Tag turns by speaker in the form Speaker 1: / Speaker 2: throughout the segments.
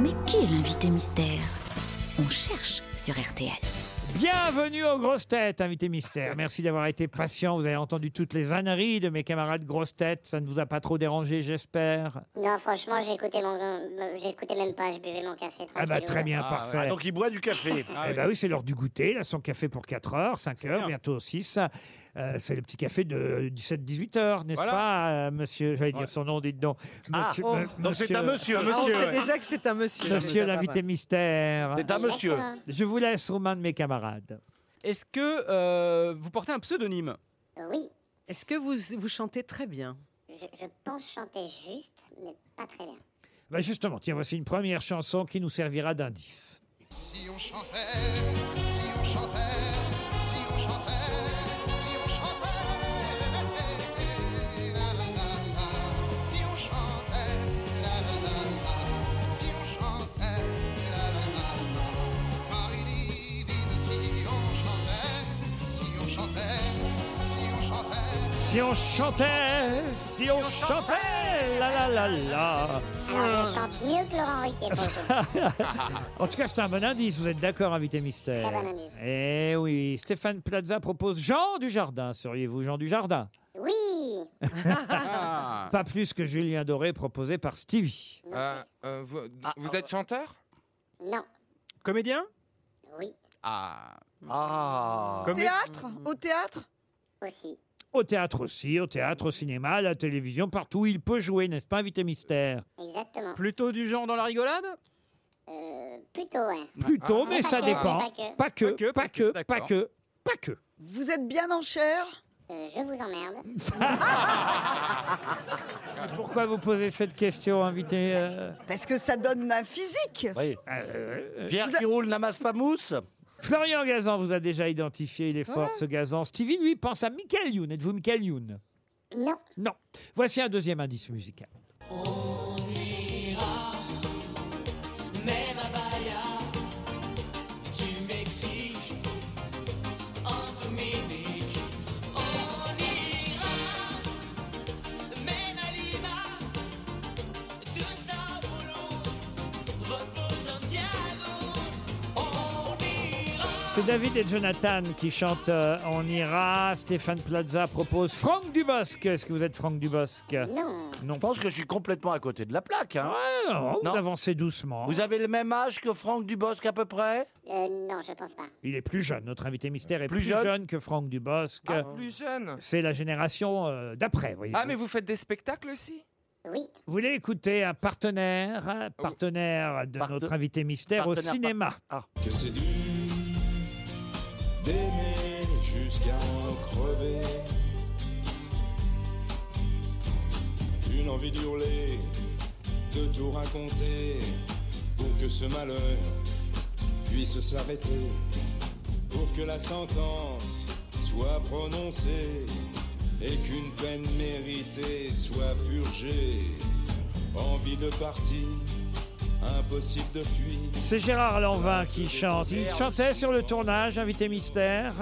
Speaker 1: Mais qui est l'invité mystère On cherche sur RTL.
Speaker 2: Bienvenue aux grosses têtes, invité mystère. Merci d'avoir été patient. Vous avez entendu toutes les âneries de mes camarades grosses têtes. Ça ne vous a pas trop dérangé, j'espère.
Speaker 3: Non, franchement, j'écoutais mon, euh, j'écoutais même pas, je buvais mon café tranquille.
Speaker 2: Ah bah très bien, parfait.
Speaker 4: ah, Donc il boit du café. Ah,
Speaker 2: Eh ben oui, c'est l'heure du goûter. Là, son café pour 4 heures, 5 heures, bientôt 6. c'est le petit café de 17-18 heures, n'est-ce
Speaker 5: Voilà.
Speaker 2: pas, euh, monsieur J'allais dire son nom, dites donc. Monsieur,
Speaker 4: oh,
Speaker 2: me-
Speaker 4: donc c'est un monsieur.
Speaker 5: Ah, on
Speaker 4: monsieur,
Speaker 5: sait
Speaker 4: ouais.
Speaker 5: déjà que c'est un monsieur.
Speaker 2: Monsieur l'invité mystère.
Speaker 4: C'est un Ah, monsieur.
Speaker 3: Exactement.
Speaker 2: Je vous laisse aux mains de mes camarades.
Speaker 6: Est-ce que euh, vous portez un pseudonyme
Speaker 3: Oui,
Speaker 5: Est-ce que vous, vous chantez très bien
Speaker 3: je, je pense chanter juste, mais pas très bien.
Speaker 2: Bah, justement, tiens, voici une première chanson qui nous servira d'indice.
Speaker 7: Si on chantait, si on chantait, si on chantait, si on chantait, la la la la, si on chantait, la la la la, si on chantait, la la la la, Marie divine, si on chantait, si on chantait, si on chantait.
Speaker 2: Si on chantait, si on chantait, la la la la.
Speaker 3: Alors, je chante mieux que Laurent Riquet, pour le coup.
Speaker 2: En tout cas, c'est un bon indice, vous êtes d'accord, invité mystère
Speaker 3: Très bon indice.
Speaker 2: Eh oui, Stéphane Plaza propose Jean Dujardin. Seriez-vous Jean Dujardin
Speaker 3: Oui,
Speaker 2: Pas plus que Julien Doré proposé par Stevie.
Speaker 8: Euh, euh, vous vous êtes chanteur
Speaker 3: non,
Speaker 6: Comédien
Speaker 3: oui,
Speaker 8: Ah.
Speaker 4: Ah.
Speaker 9: Théâtre Au théâtre
Speaker 3: aussi.
Speaker 2: Au théâtre aussi, au théâtre, au cinéma, à la télévision, partout où il peut jouer, n'est-ce pas, invité mystère
Speaker 3: Exactement.
Speaker 6: Plutôt du genre dans la rigolade
Speaker 3: Euh, plutôt, ouais.
Speaker 2: Plutôt, mais
Speaker 3: pas
Speaker 2: ça
Speaker 3: que,
Speaker 2: dépend.
Speaker 3: mais pas
Speaker 2: Ah.
Speaker 3: que.
Speaker 2: Pas que,
Speaker 6: que,
Speaker 2: pas
Speaker 6: pas
Speaker 2: que,
Speaker 6: que,
Speaker 2: pas
Speaker 6: d'accord.
Speaker 2: que, pas que.
Speaker 9: Vous êtes bien en chair
Speaker 3: Euh, je vous emmerde.
Speaker 2: Pourquoi vous posez cette question, invité euh,
Speaker 9: Parce que ça donne un physique
Speaker 2: euh,
Speaker 4: Pierre
Speaker 9: Vous a-
Speaker 4: qui roule n'amasse pas mousse.
Speaker 2: Florian Gazan vous a déjà identifié, il est fort ce Gazan. Stevie, lui, pense à Michael Youn. Êtes-vous Michael Youn
Speaker 3: Non,
Speaker 2: Non. Voici un deuxième indice musical. C'est David et Jonathan qui chantent euh, On ira. Stéphane Plaza propose Franck Dubosc. Est-ce que vous êtes Franck Dubosc
Speaker 3: non.
Speaker 2: Non.
Speaker 4: Je pense que je suis complètement à côté de la plaque. hein.
Speaker 2: Ouais, non,
Speaker 4: Non.
Speaker 2: Vous avancez doucement.
Speaker 4: Vous avez le même âge que Franck Dubosc à peu près
Speaker 3: Euh, non, je pense pas.
Speaker 2: Il est plus jeune. Notre invité mystère est plus,
Speaker 4: Plus jeune
Speaker 2: que Franck Dubosc.
Speaker 8: Ah, plus jeune.
Speaker 2: C'est la génération euh, d'après. voyez
Speaker 8: Ah, mais vous faites des spectacles aussi
Speaker 3: Oui,
Speaker 2: Vous voulez écouter un partenaire, hein, partenaire de
Speaker 4: Parte-
Speaker 2: notre invité mystère au
Speaker 4: partenaire,
Speaker 2: cinéma.
Speaker 10: Que c'est dur d'aimer jusqu'à en crever. Une envie d'hurler, de tout raconter, pour que ce malheur puisse s'arrêter, pour que la sentence soit prononcée et qu'une peine méritée soit purgée. Envie de partir, impossible de fuir.
Speaker 2: C'est Gérard Lanvin qui chante. Il chantait sur le tournage, invité mystère.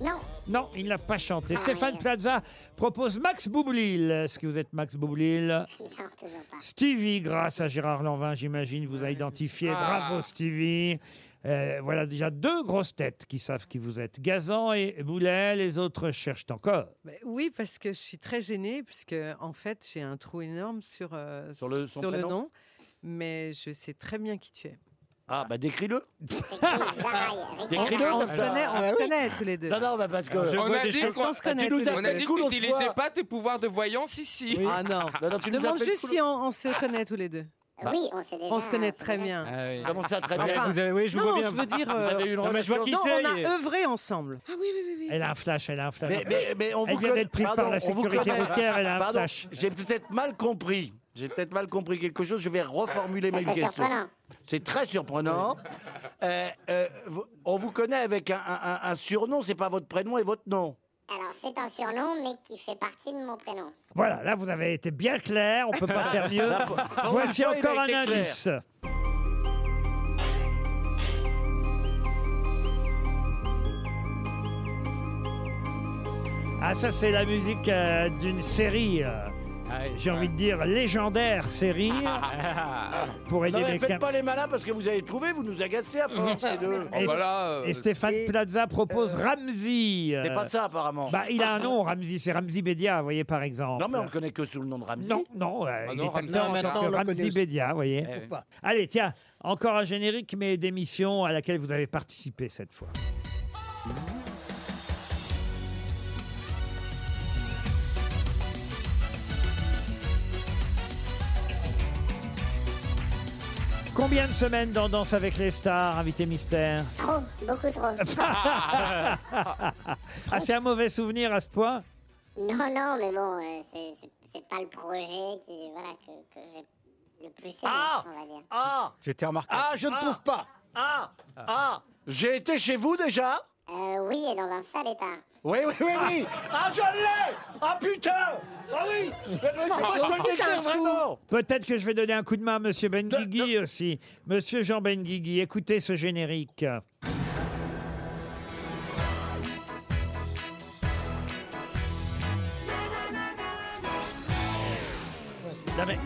Speaker 3: non,
Speaker 2: Non, il n'a pas chanté. Stéphane Plaza propose Max Boublil. Est-ce que vous êtes Max Boublil
Speaker 3: non, toujours pas.
Speaker 2: Stevie, grâce à Gérard Lanvin, j'imagine, vous a identifié.
Speaker 8: Ah.
Speaker 2: Bravo Stevie. Euh, voilà déjà deux grosses têtes qui savent qui vous êtes. Gazan et Boulet, les autres cherchent encore.
Speaker 5: Bah Oui, parce que je suis très gênée, parce que en fait, j'ai un trou énorme sur, euh,
Speaker 4: Sur le, son
Speaker 5: sur le
Speaker 4: prénom
Speaker 5: nom. Mais je sais très bien qui tu es.
Speaker 4: Ah, bah décris-le.
Speaker 3: C'est qui Zaraï Ricard
Speaker 4: Décris-le
Speaker 3: Zaraï
Speaker 4: comme
Speaker 5: On se
Speaker 4: ça.
Speaker 5: connaît, on
Speaker 4: Ah
Speaker 5: se
Speaker 4: oui.
Speaker 5: connaît tous les deux.
Speaker 4: Non, non, bah parce
Speaker 2: Ah,
Speaker 4: que.
Speaker 8: Euh, On a dit
Speaker 5: qu'on se connaît.
Speaker 4: tu nous
Speaker 5: tous les
Speaker 8: On
Speaker 4: Ça
Speaker 8: a
Speaker 5: deux.
Speaker 4: fait
Speaker 8: dit
Speaker 4: cool,
Speaker 8: que
Speaker 4: on
Speaker 8: tu
Speaker 4: se voit.
Speaker 8: n'étais pas tes pouvoirs de voyance ici.
Speaker 5: Ah non.
Speaker 4: Non, non, tu nous as
Speaker 5: Demande
Speaker 4: fait Ah,
Speaker 5: juste
Speaker 4: cool.
Speaker 5: si on, on se connaît tous les deux.
Speaker 3: Oui, on sait déjà.
Speaker 5: On se connaît
Speaker 3: on sait
Speaker 5: très
Speaker 3: déjà.
Speaker 5: bien.
Speaker 6: oui.
Speaker 4: Comment ça, très
Speaker 5: Ah,
Speaker 4: bien
Speaker 5: bah,
Speaker 6: vous avez- oui, je
Speaker 5: non,
Speaker 6: vois bien.
Speaker 5: je veux dire,
Speaker 4: Vous avez eu
Speaker 5: euh,
Speaker 4: une
Speaker 6: Non, mais je vois qui
Speaker 5: non,
Speaker 6: c'est.
Speaker 5: on a œuvré ensemble.
Speaker 2: Elle a un flash, elle a un flash.
Speaker 4: Mais, mais- mais on
Speaker 2: Ah bah, Elle
Speaker 4: vous
Speaker 2: vient
Speaker 4: conna-
Speaker 2: d'être prise par
Speaker 4: Pardon,
Speaker 2: la
Speaker 4: on vous
Speaker 2: sécurité
Speaker 4: connaît.
Speaker 2: routière, elle a un
Speaker 4: Pardon,
Speaker 2: flash.
Speaker 4: J'ai peut-être mal compris. J'ai peut-être mal compris quelque chose. Je vais reformuler ma
Speaker 3: Ça, c'est
Speaker 4: question.
Speaker 3: surprenant.
Speaker 4: C'est très surprenant. Euh, euh, vous- on vous connaît avec un, un- un- un surnom. C'est pas votre prénom et votre nom.
Speaker 3: Alors, c'est un surnom, mais qui fait partie de mon prénom.
Speaker 2: Voilà, là vous avez été bien clair, on peut pas faire mieux. Voici
Speaker 4: Pour une fois,
Speaker 2: encore
Speaker 4: il a
Speaker 2: un
Speaker 4: été clair.
Speaker 2: indice. Ah ça c'est la musique euh, d'une série. euh, j'ai envie de dire légendaire série
Speaker 4: Ah,
Speaker 2: pour aider
Speaker 4: Non, mais
Speaker 2: les
Speaker 4: faites
Speaker 2: Cam-
Speaker 4: pas les malins parce que vous avez trouvé, vous nous agacez à force. les deux.
Speaker 2: Et, et Stéphane Plaza propose Ramsey.
Speaker 4: euh, C'est
Speaker 2: euh,
Speaker 4: pas ça, apparemment.
Speaker 2: Bah, il a un nom, Ramsey. C'est Ramsey Bedia, vous voyez, par exemple.
Speaker 4: Non, mais on Ah, le connaît que sous le nom de Ramsey.
Speaker 2: Non, non, euh, il
Speaker 8: non,
Speaker 2: est
Speaker 8: Ramsey.
Speaker 2: acteur
Speaker 8: Non,
Speaker 2: en
Speaker 8: maintenant,
Speaker 2: tant que
Speaker 8: on le
Speaker 2: Ramsey
Speaker 8: connaît aussi.
Speaker 2: Bedia, vous voyez.
Speaker 8: Eh oui.
Speaker 2: Allez, tiens, encore un générique, mais d'émission à laquelle vous avez participé cette fois. Combien de semaines dans Danse avec les stars, invité mystère
Speaker 3: Trop, beaucoup trop.
Speaker 2: Ah, c'est un mauvais souvenir à ce point
Speaker 3: Non, non, mais bon, euh, c'est- c'est- c'est pas le projet qui, voilà, que, que j'ai le plus aimé,
Speaker 4: Ah
Speaker 3: on va dire.
Speaker 4: Ah
Speaker 6: Tu t'es remarqué.
Speaker 4: Ah, je ne trouve pas Ah Ah J'ai été chez vous déjà
Speaker 3: Euh, oui, et dans un sale état.
Speaker 4: Oui, oui, oui, oui Ah, je l'ai Ah, putain Ah oui Mais je sais pas, je peux le décrire vraiment
Speaker 2: Peut-être que je vais donner un coup de main à Monsieur Benguigui aussi. Monsieur Jean Benguigui, écoutez ce générique.
Speaker 4: Non, mais-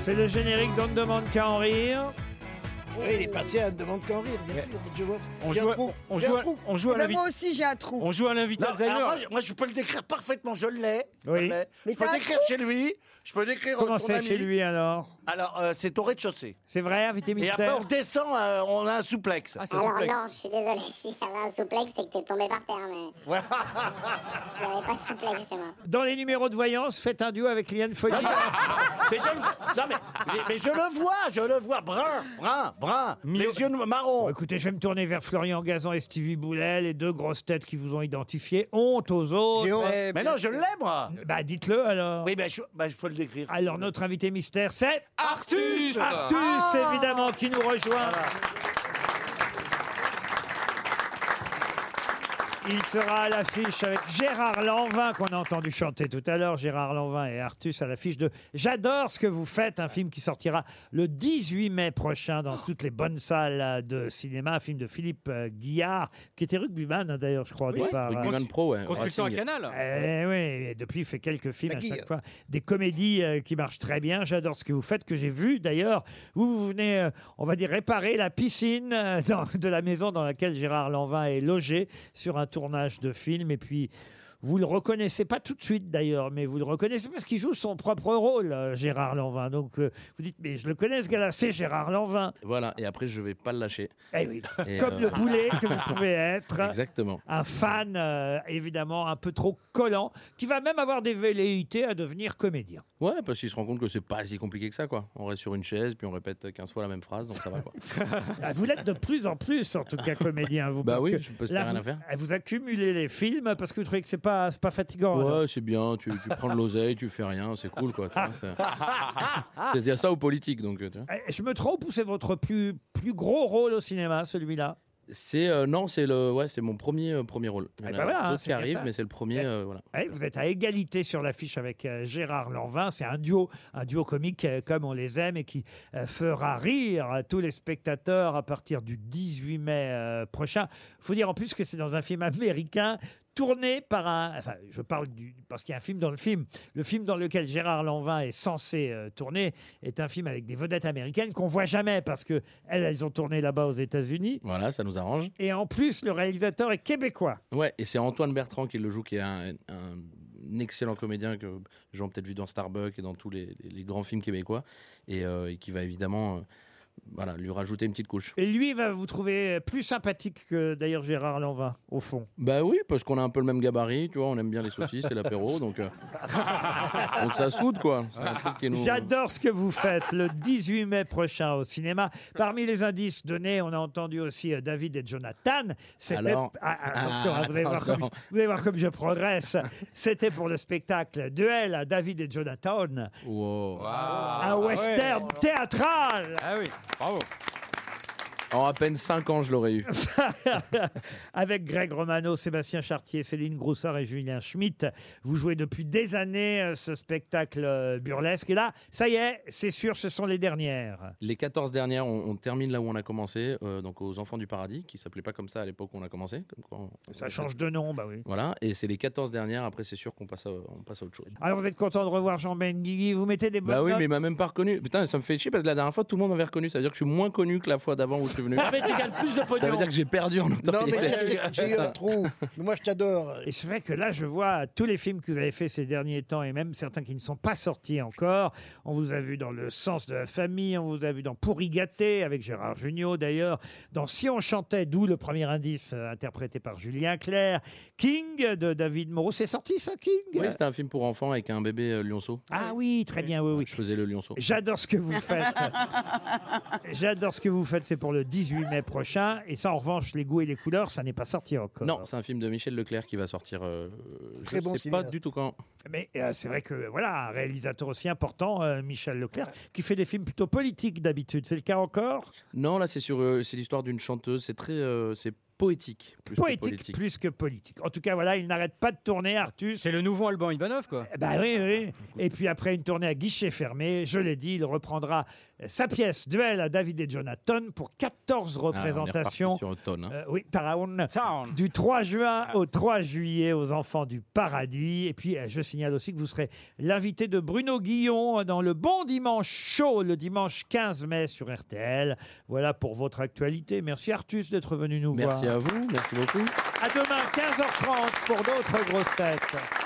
Speaker 2: C'est le générique d'On ne demande qu'à en rire.
Speaker 11: Oui, il est passé à demande qu'en rire, bien sûr. Je vois.
Speaker 6: On
Speaker 11: J'ai
Speaker 6: joue,
Speaker 11: un
Speaker 6: à-
Speaker 11: trou,
Speaker 6: on
Speaker 11: j'ai
Speaker 6: joue
Speaker 11: un
Speaker 6: à-
Speaker 11: trou.
Speaker 6: on joue à
Speaker 9: Eh ben,
Speaker 6: l'invité.
Speaker 9: moi aussi, j'ai un trou.
Speaker 6: On joue à l'invité
Speaker 4: Non, alors moi,
Speaker 6: Alzheimer.
Speaker 4: je- moi, je peux le décrire parfaitement, je l'ai. je
Speaker 2: Oui.
Speaker 4: l'ai.
Speaker 9: Mais
Speaker 4: Je peux
Speaker 9: t'as un
Speaker 4: décrire chez lui, je peux décrire euh,
Speaker 2: Comment
Speaker 4: son
Speaker 2: c'est
Speaker 4: ami.
Speaker 2: chez lui alors
Speaker 4: Alors, euh, c'est au rez-de-chaussée.
Speaker 2: C'est vrai, invité
Speaker 4: Et après,
Speaker 2: mystère
Speaker 4: on descend, euh, on a un souplex.
Speaker 6: Ah, c'est
Speaker 3: Alors
Speaker 6: complexe.
Speaker 3: non, je suis désolé, s'il y avait un souplex, c'est que t'es tombé par terre, mais
Speaker 4: Ouais.
Speaker 3: il n'y avait pas de souplex chez moi.
Speaker 2: Dans les numéros de voyance, faites un duo avec Liane Folie.
Speaker 6: Ah,
Speaker 4: mais, je, non, mais, mais- mais je le vois, je le vois, brun, brun, brun,
Speaker 6: Mio-
Speaker 4: les yeux marrons.
Speaker 2: Bon, écoutez, je vais me tourner vers Florian Gazan et Stevie Boulet, les deux grosses têtes qui vous ont identifié. Honte aux
Speaker 11: J'ai
Speaker 2: autres.
Speaker 11: honte.
Speaker 5: Eh
Speaker 4: Mais
Speaker 5: bien,
Speaker 4: non, je l'ai, moi.
Speaker 2: Bah dites-le alors.
Speaker 4: Oui, ben je, ben, je peux le décrire.
Speaker 2: Alors notre invité mystère, c'est
Speaker 8: Artus
Speaker 2: Artus évidemment qui nous rejoint. Il sera à l'affiche avec Gérard Lanvin, qu'on a entendu chanter tout à l'heure. Gérard Lanvin et Artus à l'affiche de J'adore ce que vous faites, un film qui sortira le 18 mai prochain dans toutes les bonnes salles de cinéma. Un film de Philippe euh, Guillard, qui était rugbyman hein, d'ailleurs, je crois, au départ. hein.
Speaker 11: Pro, ouais.
Speaker 6: Construction à canal.
Speaker 2: Eh oui, et depuis, il fait quelques films à
Speaker 11: Maggie,
Speaker 2: chaque
Speaker 11: euh.
Speaker 2: fois. Des comédies euh, qui marchent très bien. J'adore ce que vous faites, que j'ai vu d'ailleurs. Vous, vous venez, euh, on va dire, réparer la piscine euh, dans- de la maison dans laquelle Gérard Lanvin est logé sur un tournage de film. Et puis. Vous le reconnaissez pas tout de suite d'ailleurs, mais vous le reconnaissez parce qu'il joue son propre rôle, euh, Gérard Lanvin. Donc euh, vous dites, mais je le connais ce gars-là, c'est Gérard Lanvin.
Speaker 11: Voilà, et après, je vais pas le lâcher.
Speaker 2: Eh oui,
Speaker 11: Et,
Speaker 2: comme
Speaker 11: euh,
Speaker 2: le hein. boulet que vous pouvez être
Speaker 11: Exactement.
Speaker 2: un fan euh, évidemment un peu trop collant qui va même avoir des velléités à devenir comédien.
Speaker 11: Ouais, parce qu'il se rend compte que c'est pas si compliqué que ça, quoi. On reste sur une chaise, puis on répète 15 fois la même phrase, donc ça va, quoi.
Speaker 2: Ah, Vous l'êtes de plus en plus en tout cas comédien vous.
Speaker 11: Bah
Speaker 2: parce
Speaker 11: oui,
Speaker 2: que
Speaker 11: je pense qu'il y
Speaker 2: là,
Speaker 11: a rien
Speaker 2: vous,
Speaker 11: à faire.
Speaker 2: ah, Vous accumulez les films parce que vous trouvez que c'est pas c'est pas fatigant. alors.
Speaker 11: Ouais, c'est bien, tu, tu prends de l'oseille, tu fais rien, c'est cool, quoi. tu vois, c'est- C'est-à-dire ça aux politiques, donc. tu vois.
Speaker 2: Eh, Je me trompe ou c'est votre plus plus gros rôle au cinéma celui-là
Speaker 11: C'est euh, non, c'est le ouais, c'est mon premier euh, premier rôle. Il y en
Speaker 2: Eh
Speaker 11: a
Speaker 2: ben voilà,
Speaker 11: d'autres
Speaker 2: c'est
Speaker 11: qui
Speaker 2: bien
Speaker 11: arrivent,
Speaker 2: ça.
Speaker 11: mais c'est le premier, euh, voilà.
Speaker 2: Eh, Vous êtes à égalité sur l'affiche avec euh, Gérard Lanvin. C'est un duo un duo comique euh, comme on les aime et qui euh, fera rire à tous les spectateurs à partir du 18 mai euh, prochain. faut dire en plus que c'est dans un film américain tourné par un... Enfin, je parle du... Parce qu'il y a un film dans le film. Le film dans lequel Gérard Lanvin est censé euh, tourner est un film avec des vedettes américaines qu'on voit jamais parce que elles, elles ont tourné là-bas aux États-Unis.
Speaker 11: Voilà, ça nous arrange.
Speaker 2: Et en plus, le réalisateur est québécois.
Speaker 11: Ouais, et c'est Antoine Bertrand qui le joue, qui est un, un- un excellent comédien que les gens ont peut-être vu dans Starbucks et dans tous les, les- les grands films québécois, et, euh, et qui va évidemment, euh, voilà, lui rajouter une petite couche.
Speaker 2: Et lui va vous trouver plus sympathique que d'ailleurs Gérard Lanvin, au fond.
Speaker 11: Bah oui, parce qu'on a un peu le même gabarit, tu vois, on aime bien les saucisses et l'apéro, donc euh, donc ça soude quoi. C'est un truc qui nous-
Speaker 2: J'adore ce que vous faites le 18 mai prochain au cinéma. Parmi les indices donnés, on a entendu aussi euh, David et Jonathan. C'était-
Speaker 11: Alors
Speaker 2: Ah, ah, attention, hein, vous, allez voir comme,
Speaker 11: attention.
Speaker 2: vous allez voir comme je progresse. C'était pour le spectacle Duel à David et Jonathan,
Speaker 11: Wow.
Speaker 2: un western théâtral.
Speaker 6: Ah oui, bravo.
Speaker 11: En à peine 5 ans, je l'aurais eu.
Speaker 2: Avec Greg Romano, Sébastien Chartier, Céline Groussard et Julien Schmitt, vous jouez depuis des années euh, ce spectacle euh, burlesque. Et là, ça y est, c'est sûr, ce sont les dernières.
Speaker 11: Les 14 dernières, on, on termine là où on a commencé, euh, donc aux Enfants du Paradis, qui s'appelait pas comme ça à l'époque où on a commencé. Comme quoi on-
Speaker 2: Ça change de nom, bah oui.
Speaker 11: Voilà, et c'est les 14 dernières, après c'est sûr qu'on passe, à- on passe à autre chose.
Speaker 2: Alors, vous êtes content de revoir Jean Benguigui Vous mettez des bonnes
Speaker 11: Bah oui,
Speaker 2: notes
Speaker 11: mais il m'a même pas reconnu. Putain, ça me fait chier parce que la dernière fois, tout le monde m'avait reconnu. Ça veut dire que je suis moins connu que la fois d'avant où je suis venu.
Speaker 12: Ah, mais tu gagnes plus de pognon.
Speaker 11: Ça veut dire que j'ai perdu en
Speaker 12: Non, mais
Speaker 11: notoriété.
Speaker 12: j'ai- j'ai eu un trou. Moi, je t'adore.
Speaker 2: Et c'est vrai que là, je vois tous les films que vous avez fait ces derniers temps et même certains qui ne sont pas sortis encore. On vous a vu dans Le sens de la famille, on vous a vu dans Pourri gâté avec Gérard Jugnot d'ailleurs, dans Si on chantait, d'où le premier indice euh, interprété par Julien Clerc, King de David Moreau. C'est sorti ça, King
Speaker 11: Oui, c'était un film pour enfants avec un bébé euh, lionceau.
Speaker 2: Ah oui, très bien, oui, oui.
Speaker 11: Je faisais le lionceau.
Speaker 2: J'adore ce que vous faites. J'adore ce que vous faites. C'est pour le 18 mai prochain. Et ça, en revanche, les goûts et les couleurs, ça n'est pas sorti encore.
Speaker 11: Non, c'est un film de Michel Leclerc qui va sortir. euh,
Speaker 2: Très
Speaker 11: je
Speaker 2: bon
Speaker 11: sais
Speaker 2: cinéaste.
Speaker 11: pas du tout quand.
Speaker 2: Mais euh, c'est vrai que voilà, un réalisateur aussi important, euh, Michel Leclerc, qui fait des films plutôt politiques d'habitude. C'est le cas encore
Speaker 11: Non, là, c'est sur, euh, c'est l'histoire d'une chanteuse. C'est très, euh, c'est poétique. Plus que
Speaker 2: Poétique
Speaker 11: politique. Ah,
Speaker 2: plus que politique. En tout cas, voilà, il n'arrête pas de tourner, Artus. C'est le nouveau Alban Ivanov, quoi. Bah oui, oui. Et puis après une tournée à guichet fermé, je l'ai dit, il reprendra euh, sa pièce Duel à David et Jonathan pour 14
Speaker 11: Ah, on est reparti
Speaker 2: représentations.
Speaker 11: sur automne. hein. Ah.
Speaker 2: Euh, oui, Town. Du 3 juin au 3 juillet aux Enfants du Paradis. Et puis, euh, je signale aussi que vous serez l'invité de Bruno Guillon euh, dans le Bon Dimanche Show, le dimanche 15 mai sur RTL. Voilà pour votre actualité. Merci Artus d'être venu nous
Speaker 11: Merci
Speaker 2: voir.
Speaker 11: à vous. Merci beaucoup.
Speaker 2: À demain, 15h30 pour d'autres grosses têtes.